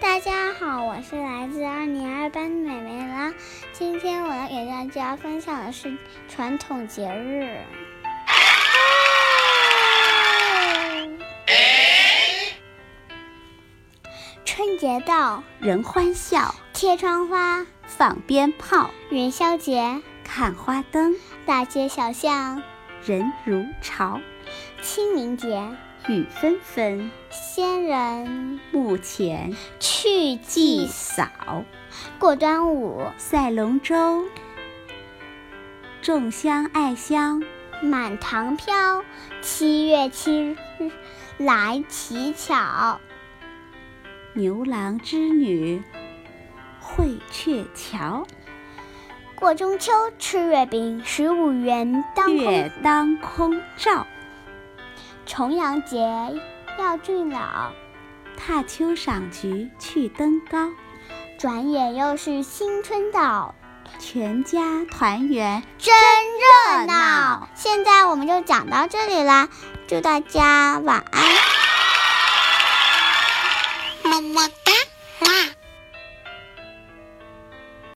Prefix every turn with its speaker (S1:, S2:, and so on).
S1: 大家好，我是来自二年二班的美美啦。今天我要给大家分享的是传统节日。春节到，
S2: 人欢笑，
S1: 贴窗花；
S2: 放鞭炮，
S1: 元宵节，
S2: 看花灯，
S1: 大街小巷；
S2: 人如潮，
S1: 清明节，
S2: 雨纷纷，
S1: 仙人
S2: 墓前
S1: 去祭；
S2: 祭扫，
S1: 过端午，
S2: 赛龙舟，众香爱香，
S1: 满堂飘；七月七日来乞巧。
S2: 牛郎织女会鹊桥，
S1: 过中秋，吃月饼，十五元当
S2: 月
S1: 空。
S2: 当空照，
S1: 重阳节要敬老，
S2: 踏秋赏菊去登高，
S1: 转眼又是新春到，
S2: 全家团圆。
S1: 真热
S2: 热闹
S1: 闹。现在我们就讲到这里啦，祝大家晚安。